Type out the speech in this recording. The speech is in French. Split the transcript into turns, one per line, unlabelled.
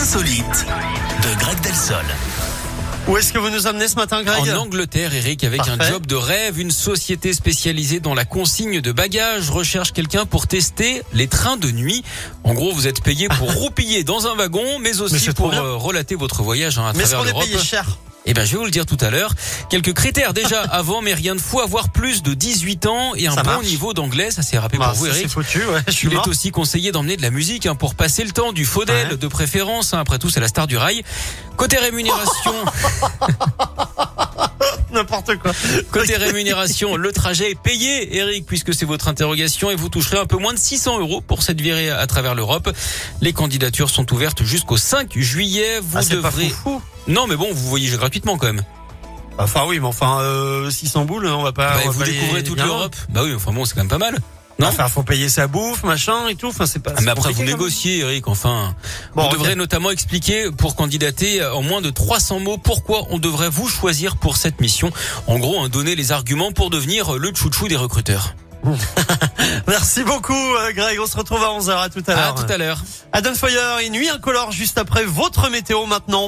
insolites de Greg Delsol.
Où est-ce que vous nous emmenez ce matin, Greg
En Angleterre, Eric, avec
Parfait.
un job de rêve, une société spécialisée dans la consigne de bagages recherche quelqu'un pour tester les trains de nuit. En gros, vous êtes payé pour roupiller dans un wagon, mais aussi
c'est trop
pour
bien.
euh, relater votre voyage hein, à
Mais est-ce
travers
qu'on est
l'Europe.
payé cher
Eh ben, je vais vous le dire tout à l'heure. Quelques critères déjà avant, mais rien de fou. Avoir plus de 18 ans et un
Ça
bon
marche.
niveau d'anglais, ça c'est rappelé
Bah,
pour vous,
ça,
Eric.
C'est foutu, ouais, je suis
Il
mort.
est aussi conseillé d'emmener de la musique hein, pour passer le temps, du faudel
Ouais.
de préférence. hein. après tout, c'est la star du rail. Côté rémunération,
N'importe quoi.
côté
Ok.
rémunération, le trajet est payé, Eric, puisque c'est votre interrogation, et vous toucherez un peu moins de 600 euros pour cette virée à travers l'Europe. Les candidatures sont ouvertes jusqu'au 5 juillet. Vous
Ah, c'est pas
devrez.
fou.
Non, mais bon, vous voyagez gratuitement quand même.
Enfin oui, mais enfin euh, 600 boules, on va pas.
Bah,
on va
vous
pas les-
découvrez toute
bien.
l'Europe. Bah oui, enfin bon, c'est quand même pas mal. Non
Enfin, faut payer sa bouffe, machin et tout. Enfin, c'est pas.
Ah, mais
c'est
après, vous
compliqué, quand même.
négociez, Eric, enfin.
Bon,
on
ok.
devrait notamment expliquer pour candidater en moins de 300 mots pourquoi on devrait vous choisir pour cette mission. En gros, hein, donner les arguments pour devenir le chouchou des recruteurs.
Merci beaucoup, euh, Greg. On se retrouve à 11h. À tout à
À
l'heure.
tout à l'heure.
Adam Foyer et Nuit Incolore juste après votre météo maintenant.